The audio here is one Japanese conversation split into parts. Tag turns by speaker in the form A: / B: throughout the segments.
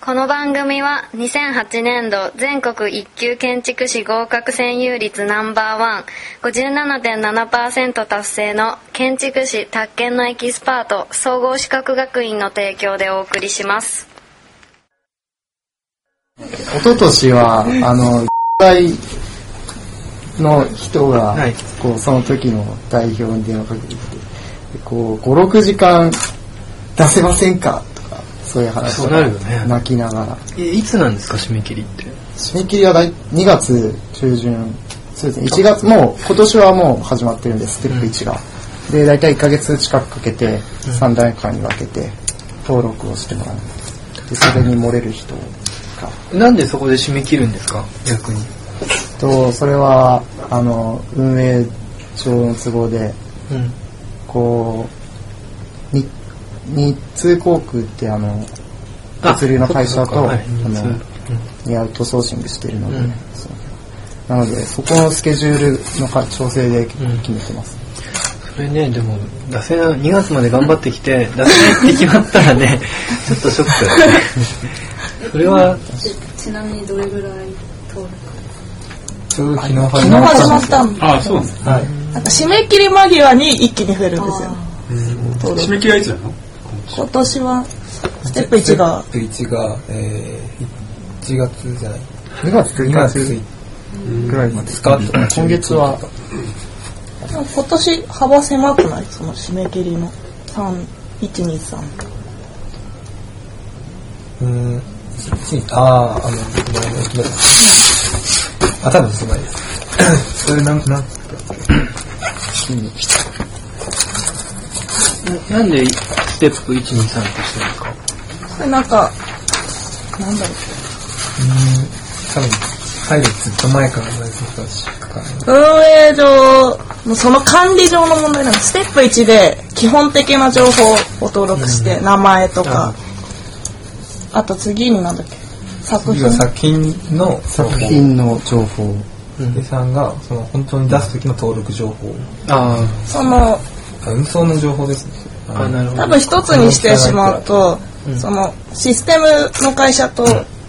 A: この番組は2008年度全国一級建築士合格占有率ナンバーワン57.7%達成の建築士宅建のエキスパート総合資格学院の提供でお送りします
B: 一昨年は、あの、大の人が、
C: はい
B: こう、その時の代表に電話かけてきて、でこう、5、6時間出せませんかとか、そういう話を
C: そうなるよね
B: 泣きながら。
C: えいつなんですか締め切りって
B: 締め切りは大2月中旬、そうですね、1月、もう今年はもう始まってるんです、ステップ1が。で、大体1ヶ月近くかけて、3段階に分けて、登録をしてもらう。で、それに漏れる人が。
C: なんでそこで締め切るんですか逆に
B: と、それは、あの、運営上の都合で、
C: うん
B: こう、に日通航空って、あの、物流の会社と、
C: はい
B: あの、
C: うん
B: にアウトソーシングしてるので、
C: うん
B: そのなのでそこのスケジュールのか調整で決
C: うん
B: めてます、
C: それねでも出せな2月まで頑張ってきて出せないって決まったらね ちょっとショックだ ねそれは
D: ちなみにどれぐらい登録
B: ちょうど昨日
E: 昨日始まったん
F: ああ、そうなんですね。
B: はい
E: なんか締め切り間際に一気に増えるんですよ。
F: 締め切りはいつなの
E: 今年は、ステップ1が、
G: 1が、えー、1月じゃない
B: 2月1
G: 2月
B: 日ぐらいまで
G: 2日とか
B: 今月は
E: 今年幅狭くないその締め切りの。3、1、2、3。
G: うーん1あああのごめんごめんあ多分そうないです それなんなん
C: ななんでステップ123としてるんですか
E: これなんか、なんだろ
G: 多分入るずっと前から同じ人たちか
E: う。運営上、もうその管理上の問題なんです、ステップ1で基本的な情報を登録して、名前とか、あと次になんだっけ、作
G: 次
E: 品
G: は。作品の
B: 作品の情報
G: でさんがその本当に出す時の登録情報
C: あ
E: その、
G: あ運送の情報ですね
C: ああなるほど
E: 多分一つにしてしまうと、そのシステムの会社と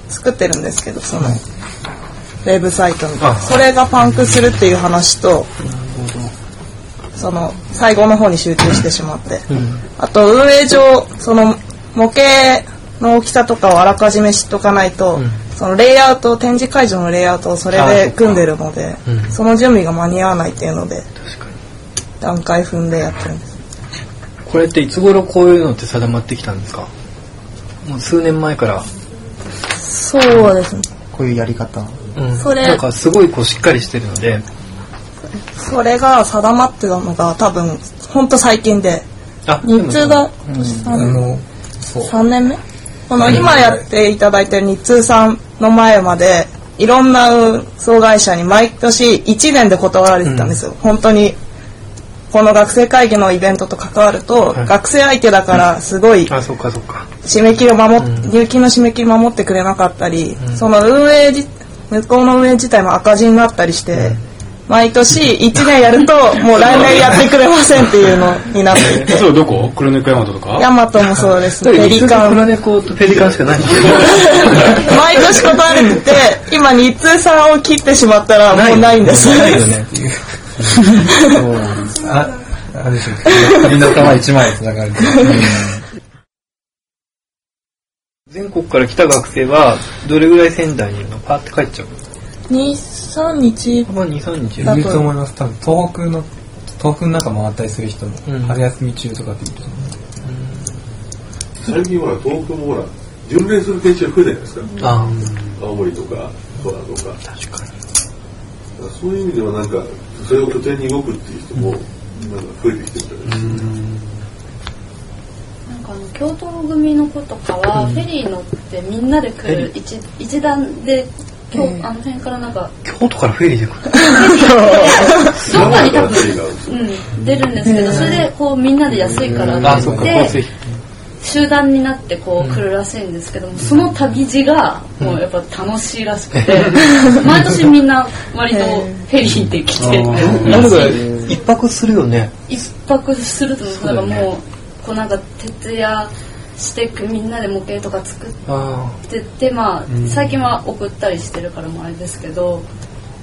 E: 作ってるんですけどその、ウェブサイトみたい
C: あ
E: なそれがパンクするっていう話とその最後の方に集中してしまって、あと運営上その模型の大きさとかをあらかじめ知っとかないと、そのレイアウト展示会場のレイアウトをそれ
C: あそっ
E: で
C: か
E: 組んでるので、
C: うん
E: その準備が間に合わないっていうので
C: 確かに
E: 段階踏んでやってるんです
C: これっていつ頃こういうのって定まってきたんですかもう数年前から、
E: そうですね
B: こういうやり方
C: うん
E: それ
C: なんかすごいこうしっかりしてるので
E: それが定まってたのが多分ほんと最近で
C: あ
E: 日通が
G: あのそう
E: 3年目この今やっていただいてる日通さんの前までいろんな運送会社に毎年1年で断られてたんですよ、本当にこの学生会議のイベントと関わると、
C: はい
E: 学生相手だからすごい
C: あそっかそっか
E: 締め切りを守っ、入金の締め切り守ってくれなかったり、その運営じ向こうの運営自体も赤字になったりして、毎年1年やるともう来年やってくれませんっていうのになっていて
F: えそう、どこ黒猫山とか
E: ヤマトもそうですねペリカン
C: 黒猫とペリカンしかないんです
E: 毎年断れてて今日通さんを切ってしまったらもうないんです
C: ない よね
G: ああれでしょ首の皮1枚つながる
C: 全国から来た学生はどれぐらい仙台にいるのパーって帰っちゃう
E: 23日
C: まあ23日い
G: い
C: る
G: ると思います多分東北の東北の中回ったりする人も、
C: うん
G: 春休み中とかって言うと思う
H: 最近ほら東京もほら巡礼する電車増えないですか
C: あ
H: 青森とか空とかだか
C: あ確かに
H: らそういう意味ではなんかそれを拠点に動くっていう人も、なんか増えてきてるんじゃないですか
D: なんかあの京都組の子とかはフェリー乗ってみんなで来る一一段で京あの辺からなんか
C: 京都からフェリーで来る
D: どっかに多
H: 名古屋からフェリーがあるん
D: 分
H: です
D: うん出るんですけどそれでこうみんなで安いから
C: あ
D: 乗
C: そ
D: っ
C: っか
D: て
C: 交通費
D: 集団になってこう来るらしいんですけどもその旅路がもうやっぱ楽しいらしくて 毎年みんな割とフェリーで来て
C: なんか一泊するよね
D: 一泊するとなんかもうこうなんか徹夜してくみんなで模型とか作っ
C: あ
D: てってまあ、最近は送ったりしてるからもあれですけど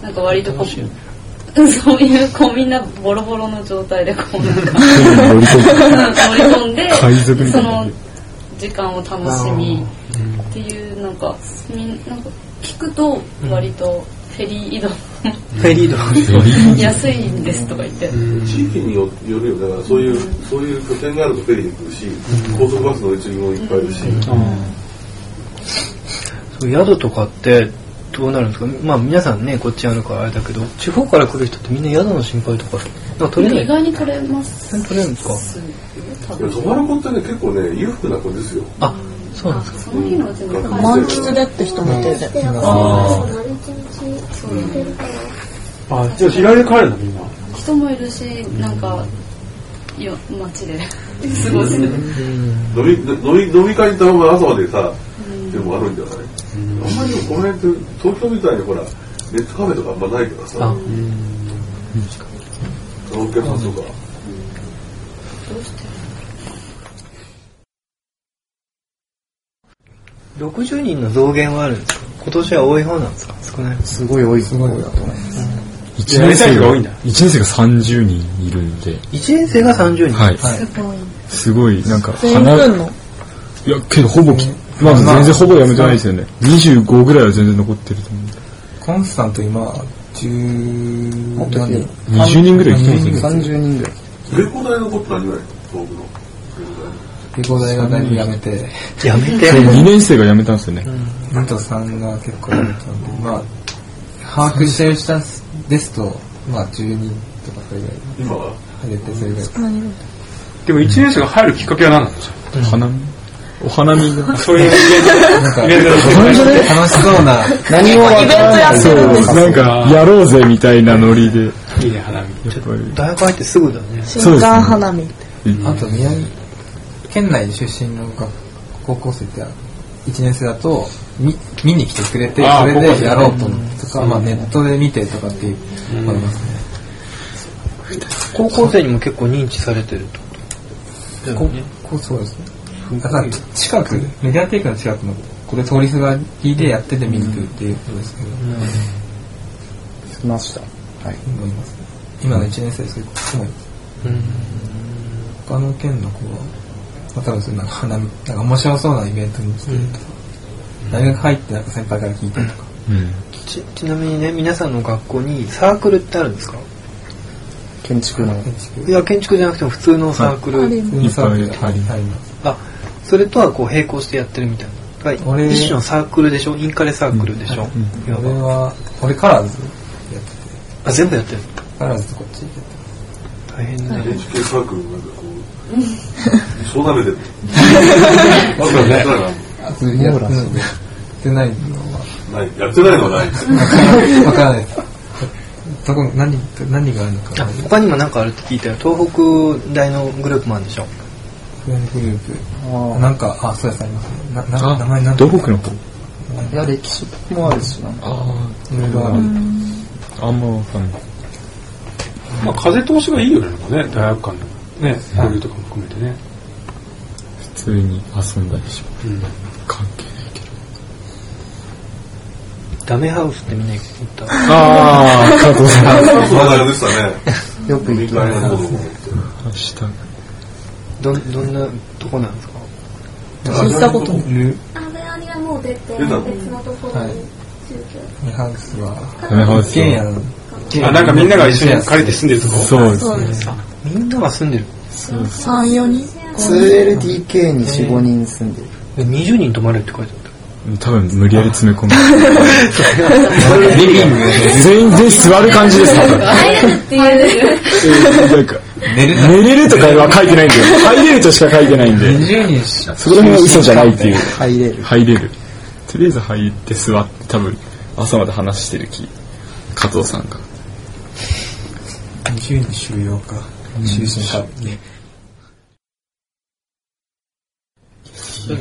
D: なんか割とこう そういうこうみんなボロボロの状態でこうなんか
I: 乗り込む
D: 乗り込んで
I: 海賊みたい
D: そ
I: な
D: の時間を楽しみっていうなんかみんなんか聞くと割とフェリー移動
C: あ。フェリード。
D: 安いんですとか言って
H: 地域によよるよだからそういう、そういう拠点があるとフェリーに来るし、高速バスの一部もいっぱいいるし、
C: そう宿とかってどうなるんですかまあ皆さんねこっちあるからあれだけど地方から来る人ってみんな宿の心配とかなんか取れない
D: 意外に取れます
C: 取れるんですか
D: 多
H: いや
D: 分
H: 泊まる子ってね結構ね裕福な子ですよ
C: あそうなんです
D: その日のうちに帰
H: うん
E: 満喫でって人もいてて
I: あ、じゃあ日帰りで帰るのみんな。
D: 人もいるしなんかよ街で過ごす
H: 飲み飲み飲み会に頼む朝までさ、でもあるんじゃない、あんまりこの辺って東京みたいにほらネットカフェとかあんまないからさ
C: あ
H: カラオケハウスとか、
C: 60人の増減はあるんですか今年は多い方なんですか少ない
B: すごい多い方だと思います。
J: 1
I: やり
J: 年
I: たい
J: 生
I: 人が
J: が、
I: 多いんだ
J: 1年生が30人いるんで、
C: 1年生が30人、
J: はい。すごい、なんか、花、い
E: の
J: や、けどほぼき、まあ全然ほぼやめてないですよね。25ぐらいは全然残ってると思う。
F: コンスタント今、10何人
J: 20人ぐらい来てますよね。
B: 30人ぐらい。
H: レコ大の子って何ぐらい東北の
F: 理工大がだいぶやめて、
C: やめて
J: でも2年生が辞めたんですよね。
F: 武藤さんが結構やめたんで、まあ、把握してる人ですと、まあ10人とかそれぐらい、
H: 今は
F: 入れてそれぐらい。
I: でも1年生が入るきっかけは何なんですか
J: 花見お花見が。
I: そういうイベントイベントの世界 で
F: 楽しそうな、
B: 何もわから
E: イベントやってるんです
J: なんか、やろうぜみたいなノリで、やっ
I: いいね、花見。
J: ぱり。
C: 大学入ってすぐだね
J: そう
E: 新
J: ですね
E: 刊花見
F: あと宮城県内出身の学高校生って1年生だと見見に来てくれて
I: あ
F: そ
I: ー
F: れ
I: 高校生
F: でやろうととか、まあ、ネットで見てとかっていうのもありますね、
C: 高校生にも結構認知されてるってことだよね
F: 高校そうですねだから近くメディアテイクの近くのこれ通りすがりでやってて見に来るっていうことですけど、
B: 来ました。はい。
F: 今いますね今の1年生そういう子もいます他の県の子は、まあ、多分それなんか花見なんか面白そうなイベントに来てるとか、大学入ってなんか先輩から聞いたりとか、
J: うん。
C: ちちなみにね皆さんの学校にサークルってあるんですか
B: 建築の。
F: 建築
C: いや建築じゃなくても普通のサークル、
F: いっぱいあります。
C: あそれとはこう並行してやってるみたいなはい
F: 俺
C: 一種のサークルでしょインカレサークルでしょ、い
F: 俺
C: わば
F: は、俺カラーズやってて、
C: あ全部やってる
F: カラーズとこっちやって
C: 大変だね、
H: NHK サークルなんかこうそうなめてる
I: そうだね。
F: て。あ、そうやってないのは、
H: ないやってないのはない
F: わからないです。どこ、何、何があるのか
C: あ
F: わかんない。
C: 他にも何かあるって聞いたよ東北大のグループもあるんでしょ
F: グループ。なんか、あ、そうです、ありますね。な、な、名前
J: あ
F: なん、だ
J: どこかの方
B: いや、歴史もあるしな。
J: あ
F: いろいろある。
J: あ、あんまわかんない。
I: まあ、風通しがいいよね、なんかね、大学間の。ね、交流とかも含めてね。
J: 普通に遊んだりします。
I: うん。
J: 関係ないけど。
C: ダメハウスってみんな行った
J: ああ、加藤さん。
H: そう話題でしたね
B: よく
H: 飲み
B: 行き
H: 会
B: ます。
H: の子供って
J: 明日。
C: どんどんなとこなんですか
F: 聞いたことる
A: 油にはもう出て別のところに宗教
F: ハウスは、
J: ダメハウス
F: 一軒家
J: は。
F: の、
I: あ、なんかみんなが一緒に借りて住んでるとこ
J: そうですね。
C: みんなが住んでる
E: 34人
B: 2LDK に4、5人住んでる。
C: で20人泊まれるって書いて
J: 多分無理やり詰め込む。リビング 全員で座る感じです、多分。
D: っていう
J: なんか、
F: 寝る
J: 寝れるとかは書いてないんで、入れるとしか書いてないんで、
F: 20人しか
J: そこら辺は嘘じゃないっていう。
B: 入れる。
J: 入れる。とりあえず入って座って、多分朝まで話してる気。加藤さんが。
F: 20人収容か。中心か。
C: ある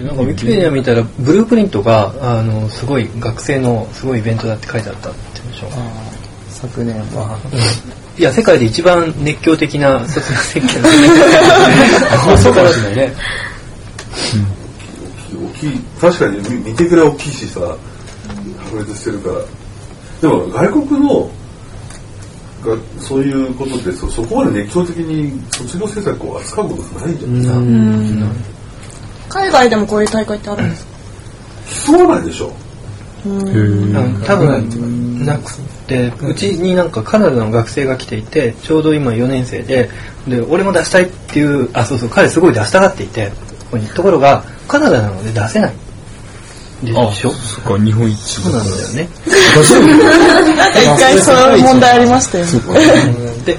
C: なんかウィキペディア見たらブループリントがあのすごい学生のすごいイベントだって書いてあったって言うんでしょ
B: 昨年は。
C: いや世界で一番熱狂的な卒業設計の
I: あ、そうかもしれないね。
H: きい確かに見てくらい大きいしさ白熱してるからでも外国のがそういうことでそそこまで熱狂的に卒業政策を扱うことないんじゃな
E: う
H: い
E: ん海外でもこういう大会ってあるんですか
H: そうなんでしょ
C: うん多分なくてうちになんかカナダの学生が来ていてちょうど今4年生でで俺も出したいっていうあそうそう彼すごい出したがっていてここにところがカナダなので出せないでしょ
J: そっか、日本一。
C: そうなんだよね
E: 一回そういう問題ありましたよね。
C: で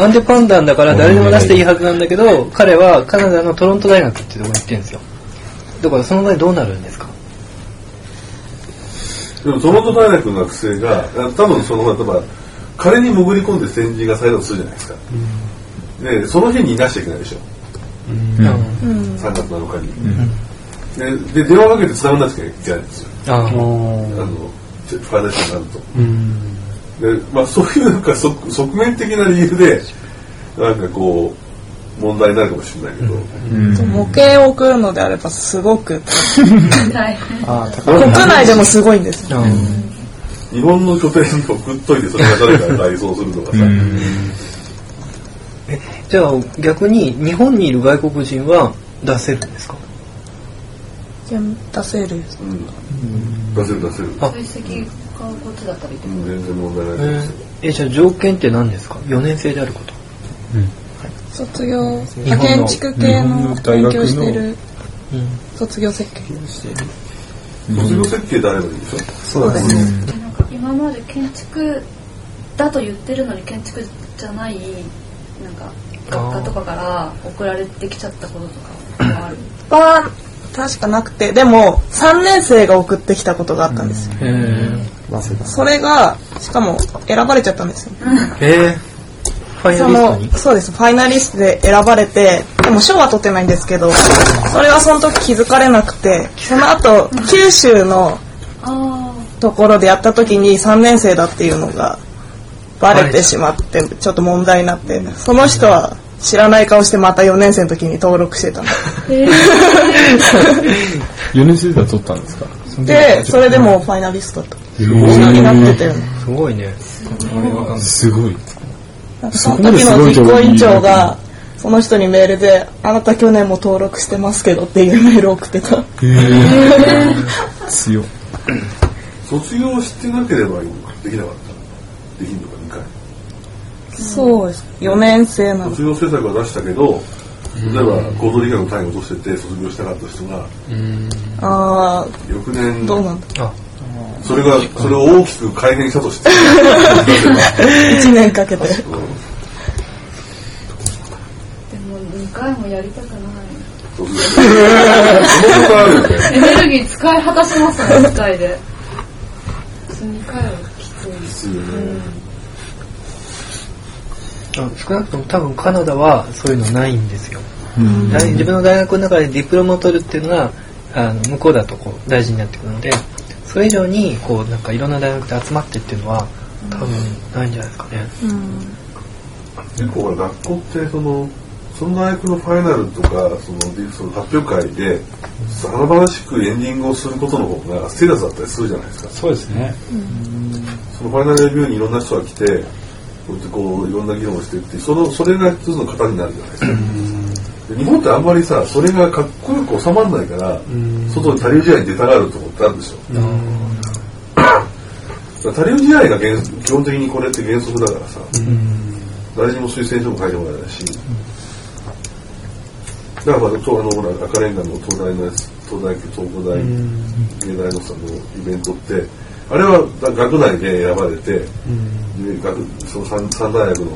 C: アンデパンダンだから誰でも出していいはずなんだけど彼はカナダのトロント大学っていうところに行ってるんですよだからその場合どうなるんですか
H: でもトロント大学の学生があ多分その例えば彼に潜り込んで展示がされたとするじゃないですか、でその日にいなしちゃいけないでしょ、3月7日に、でで電話かけて伝わらなきゃいけないんですよ
C: あ
H: あのちょファイナンシャルになると、でまあ、そういうなんか側側面的な理由でなんかこう問題になるかもしれないけど、
E: 模型を送るのであればすごく、
D: 大変
B: あー
E: 国内でもすごいんです。
H: 日本の拠点に送っといてそれが誰かが代送するのがさ、
C: じゃあ逆に日本にいる外国人は出せるんですか
E: いや出せる。
H: 出せる出せる
D: 追跡がこっちだったらいいけ
H: うん全然問題ないと思うんですよ
C: えじゃあ条件って何ですか4年生であること
E: 卒業、派遣地区系の勉強してる卒業設計。
H: 卒業設計であればいいでしょ
E: そうですね。
D: どなんか今まで建築だと言ってるのに建築じゃないなんか学科とかから送られてきちゃったこととかもある
E: は確かなくて、でも3年生が送ってきたことがあったんですよ。
B: 早稲田
E: それが、しかも選ばれちゃったんですよ。
C: えファイナリス
E: そ
C: ト
E: の
C: に
E: そうですファイナリストで選ばれてでも賞は取ってないんですけどそれはその時気づかれなくてその後九州のところでやった時に3年生だっていうのがバレてしまってちょっと問題になってその人は知らない顔してまた4年生の時に登録してたの
J: 4年生では取ったんですか
E: でそれでもうファイナリストとになってたよね
C: すごいね
J: すごい。
E: なんかその時の実行委員長がその人にメールで「あなた去年も登録してますけど」っていうメールを送ってた
J: 強い。
H: 卒業してなければいいのかできなかったできんのか2回
E: そうです。4年生なの。
H: 卒業政策は出したけど例えば高等理科の単位を落としてて卒業したかった人が
E: あ
H: 翌
E: あ、どう
H: 年
E: なんだ。
H: それがそれを大きく改変したとして
E: 1年かけて。
D: でも2回もやりたくない
H: 卒業してそのことあるよね
D: エネルギー使い果たしますね1回で2回はきつい
H: ですよね
C: あ少なくとも多分カナダはそういうのないんですよ、大自分の大学の中でディプロマを取るっていうのがあの向こうだとこう大事になってくるのでそれ以上にこうなんかいろんな大学で集まってっていうのは多分ないんじゃないですかね、
H: 結構ほら学校ってそのその大学のファイナルとかそのでその発表会で華々しくエンディングをすることの方がステータスだったりするじゃないですか
F: そうですね。
H: そのファイナルレビューにいろんな人が来てこうやってこういろんな議論をしてってそのそれが一つの型になるじゃないですかで日本ってあんまりさそれがかっこよく収まらないから外に他流試合に出たがるとこってあるでしょだから他流試合が原基本的にこれって原則だからさ誰にも推薦書も書いてもらえないしだからまあそうあのほら赤レンガの東大のやつ東大東工大芸大のそのイベントってあれはだ学内で選ばれて、で学その三三大学の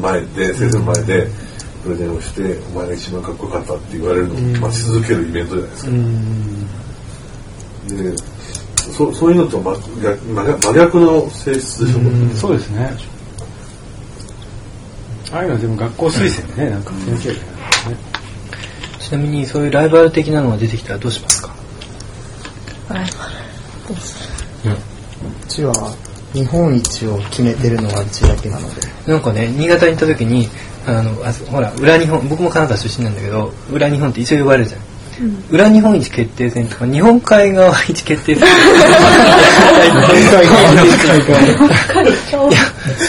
H: 前で先生の前でプレゼンをしてお前が一番かっこよかったって言われるのを待ち続けるイベントじゃないですか、でそそういうのとは真逆真逆真逆の性質でしょ、
F: そうですね。ああいうのはでも学校推薦でね、なんか先生がね。
C: ちなみにそういうライバル的なのが出てきたらどうしますか
B: うちは日本一を決めてるのはうちだけなので
C: なんかね新潟に行った時にあのあそほら裏日本僕もカナダ出身なんだけど裏日本って一応呼ばれるじゃん裏日本一決定戦とか日本海側一決定戦 いや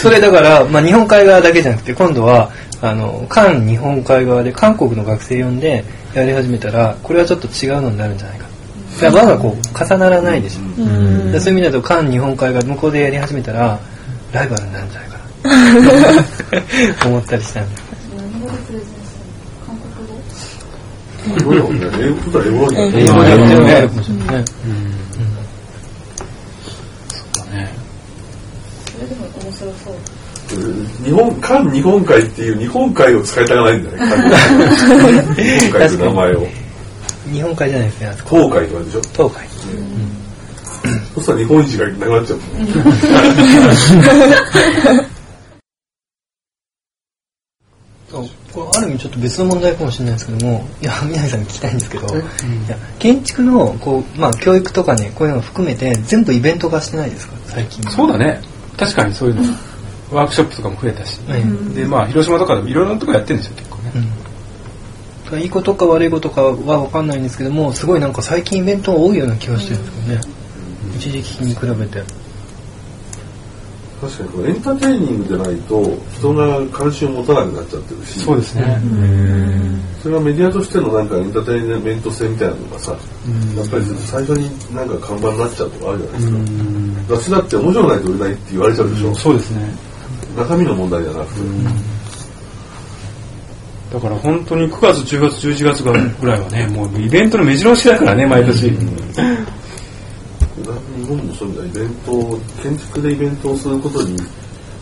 C: それだから、まあ、日本海側だけじゃなくて今度はあの韓日本海側で韓国の学生呼んでやり始めたらこれはちょっと違うのになるんじゃないかだから輪がこう重ならないでしょ、だからそういう意味だと韓日本海側向こうでやり始めたらライバルになるんじゃないかな 思ったりしたんだ
K: 何語でプレゼンするの韓国語
H: 英語だもんね。英語普段英語だもんね。
C: 英語でやってもらえるかもしれないね、
D: それでも面白そう
H: 日本、韓日本海っていう日本海を使いたがらないんだね。韓国日本海って名前を。
C: 日本海じゃないですねあそこ
H: 東海とかでしょ。
C: 東海
H: そしたら日本一がなくなっちゃう。
C: そうこれある意味ちょっと別の問題かもしれないですけどもいや南さんに聞きたいんですけど、いや建築のこう、まあ、教育とかねこういうのを含めて全部イベント化してないですか最近
F: そうだね。確かにそういうの。ワークショップとかも増えたし。
C: ええ
F: で、まあ、広島とかでもいろいろなとこやってるんですよ、結構ね。
C: いいことか悪いことかは分かんないんですけどもすごいなんか最近イベントが多いような気がしてるんですけどね、一時期に比べて
H: 確かにこれエンターテイニングでないと人が関心を持たなくなっちゃってるし。
F: そうですね。
H: それはメディアとしてのなんかエンターテインメント性みたいなのがさ、やっぱり最初になんか看板になっちゃうとかあるじゃないですか。雑誌だって面白くないと売れないって言われちゃうでしょ。
F: そうですね。
H: 中身の問題じゃなくて。
F: だから本当に9月、10月、11月ぐらいはね、もうイベントの目白押しだからね、毎年。
H: 日本もそういう意味ではイベントを建築でイベントをすることに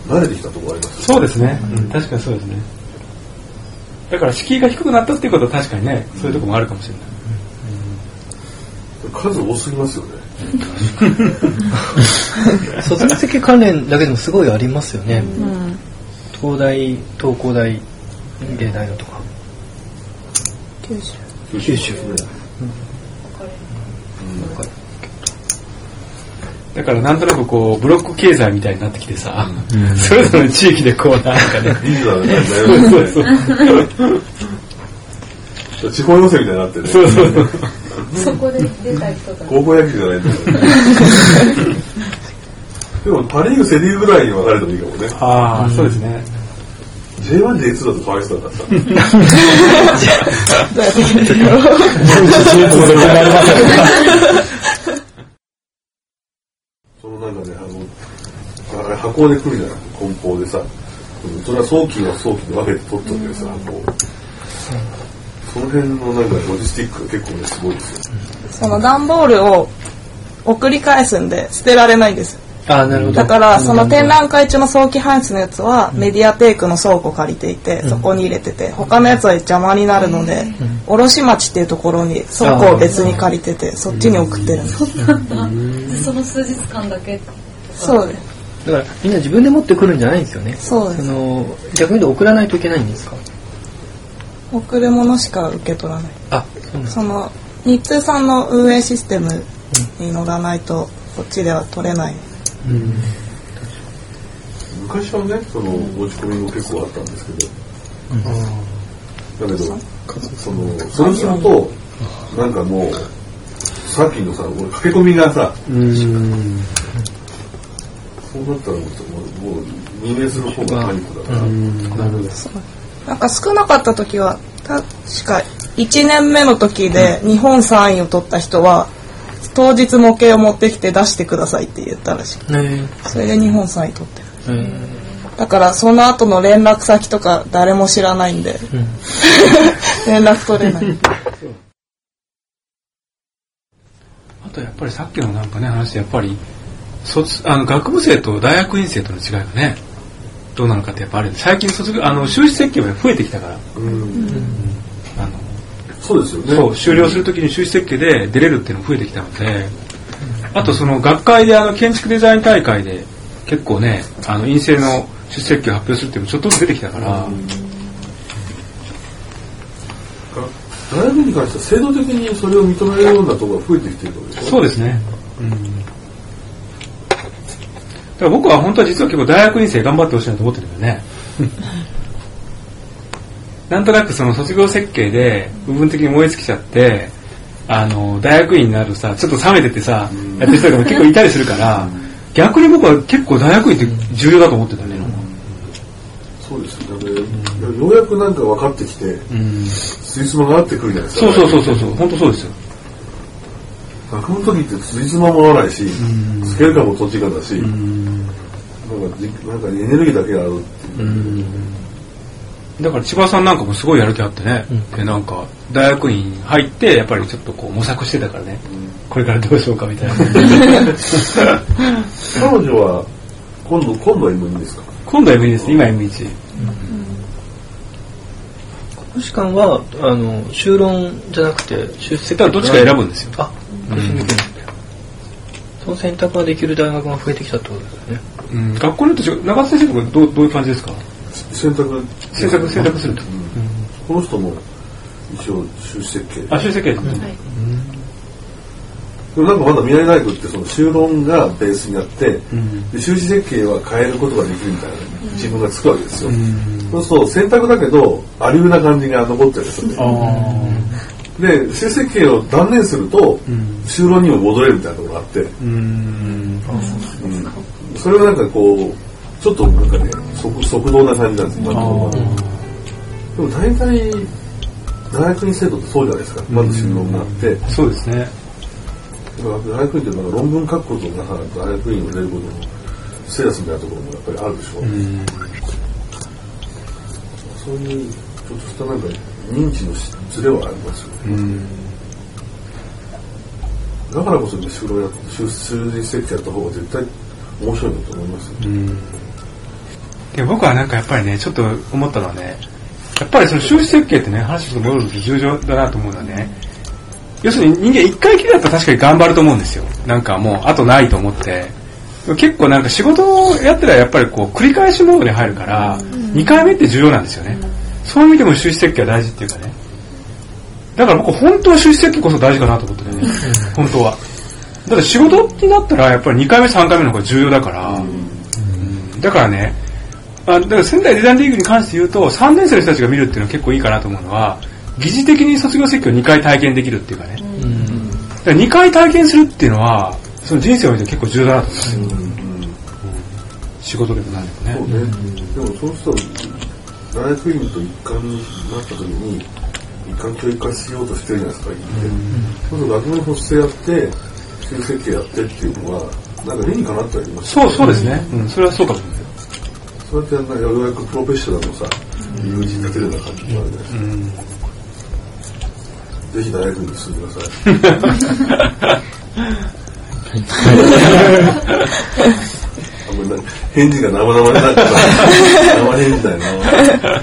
H: 慣れてきたところありますよ
F: そうですね、うん確かにそうですね。だから敷居が低くなったっていうことは確かにね、そういうとこもあるかもしれない。
H: 数多すぎますよね。
C: 卒業式関連だけでもすごいありますよね、東大東工大芸大のとか
H: 九州ね。
F: だからなんとなくこう、ブロック経済みたいになってきてさ、それぞれの地域でこうなんかね、
H: リーダーみ
F: そうそう
H: たいな。地方予選みたいになってね。
F: そうそうそう。
D: そこで出た人たち
H: 高校野球じゃないんだから。でもパ・リーグ、セ・リーグぐらいに分かれてもいいかもね。
F: ああ、そうですね。
H: J1 でいつだとかわいそうだからさ。そのなんかね、あの、あれ箱で来るじゃない梱包でさ。それは早期は早期で分けて取ったんだけどさ、箱をその辺のなんかロジスティックが結構ね、すごいですよ。
E: その段ボールを送り返すんで捨てられないんですよ
C: ああなるほど
E: だからその展覧会中の早期搬出のやつはメディアテイクの倉庫借りていてそこに入れてて他のやつは邪魔になるので卸町っていうところに倉庫を別に借りててそっちに送ってるんです
D: でその数日間だけ
E: そうです
C: だからみんな自分で持ってくるんじゃないんですよね
E: そうで
C: そ
E: す
C: の逆に言うと送らないといけないんですか
E: 送るものしか受け取らない
C: あそうなんです
E: その日通さんの運営システムに乗らないとこっちでは取れない
H: 昔はね、その持ち込みも結構あったんですけど。だけど、その、それすると、なんかもう、さっきのさ、俺駆け込みがさ、そうなったらもう、もう、任命する方がパニックだから。
E: なんか少なかった時は確か1年目の時で日本3位を取った人は当日模型を持ってきて出してくださいって言ったらしく
C: ね
E: それで日本3位取って
C: えう
E: る
C: ん
E: だからその後の連絡先とか誰も知らないんで、 連絡取れない
F: あとやっぱりさっきのなんかね、話でやっぱり、卒、あの、学部生と大学院生との違いがね、どうなのかってやっぱある。最近卒業、あの、修士設計も増えてきたから、あの、
H: そうですよね。
F: そう、修了するときに修士設計で出れるっていうのが増えてきたので、あとその学会であの建築デザイン大会で結構ね、あの陰性の修士設計を発表するっていうのもちょっとずつ出てきたから、
H: 大学に関しては制度的にそれを認めるようなところが増えてきてると思うよ
F: そうですね。うん。だから僕は本当は実は結構大学院生頑張ってほしいなと思ってるんだよね。なんとなくその卒業設計で部分的に燃え尽きちゃって、あの大学院になるとさちょっと冷めててさ、やってる人とかも結構いたりするから、逆に僕は結構大学院って重要だと思ってたね、
H: そうですよねだからようやくなんか分かってきて
F: うん、
H: スイスマが合ってくるじゃないですか
F: そうそうそうそうそう本当そうですよ
H: 学部の時ってつじつまも合わないし、スケール感もとちかだし、なんかじなんかエネルギーだけがあるっていう、
F: だから千葉さんなんかもすごいやる気あってね、でなんか大学院入ってやっぱりちょっとこう模索してたからね、これからどうしようかみたいな
H: 彼女は今度今度は M2 ですか
F: 今度は M1 です今 M1
C: 国士官はあの修論じゃなくて出
F: だ
C: 席
F: からどっちか選ぶんですよ
C: あ出席なんだその選択ができる大学が増えてきたってことですよね
F: うん、学校によって違う長瀬先生とかどうどういう感じですか
H: 選択
F: 選択選択すると
H: この人も一応修士設計
F: あ修正系ですね
H: でもなんかまだ宮城大学ってその修論がベースになって、で修士設計は変えることができるみたいな自分がつくわけですよ、そうすると選択だけどありうな感じが残ってるんですよねで修士設計を断念すると、修論にも戻れるみたいなところがあってうんそれはなんかこうちょっとなんかね即即動な感じなんですよなんていうのかなでも大体大学院制度ってそうじゃないですかまず修論があって、
F: そうですね
H: 大学院ってなんか論文書くこともなかなか大学院を出ることもセースみたいなところもやっぱりあるでしょう、そういうちょっとしたなんか認知のしずれはありますよね、だからこそね修論や修修理設計やった方が絶対面白いなと思いますよ、
F: で僕はなんかやっぱりねちょっと思ったのはねやっぱりその収支設計ってね話ちょっと戻ると重要だなと思うのはね要するに人間一回きりだったら確かに頑張ると思うんですよなんかもうあとないと思ってでも結構なんか仕事をやってたらやっぱりこう繰り返しモードに入るから2回目って重要なんですよねそういう意味でも収支設計は大事っていうかねだから僕本当は収支設計こそ大事かなと思ってね本当はだって仕事になったらやっぱり2回目3回目の方が重要だから、うんだからねあだから仙台デザインリーグに関して言うと、3年生の人たちが見るっていうのは結構いいかなと思うのは、疑似的に卒業設計を2回体験できるっていうかね。だから2回体験するっていうのは、その人生を見て結構重要だなと思うんですよ。仕事でも何でも
H: そう
F: ね。
H: ね、でもそうすると大学院と一貫になった時に一貫教育化しようとしてるじゃないですか今って、そうすると学部の補正やって修正系やってっていうのはなんか理にかなってはいます
F: そう、そうですね。うん、それはそうかもしれない。
H: そうやってなんかようやくプロフェッショナルのさ友人立てるような感じもあるじゃないですか、ぜひ大学院に進んでください あんまりな返事が生々しくなっちゃった生返事だよな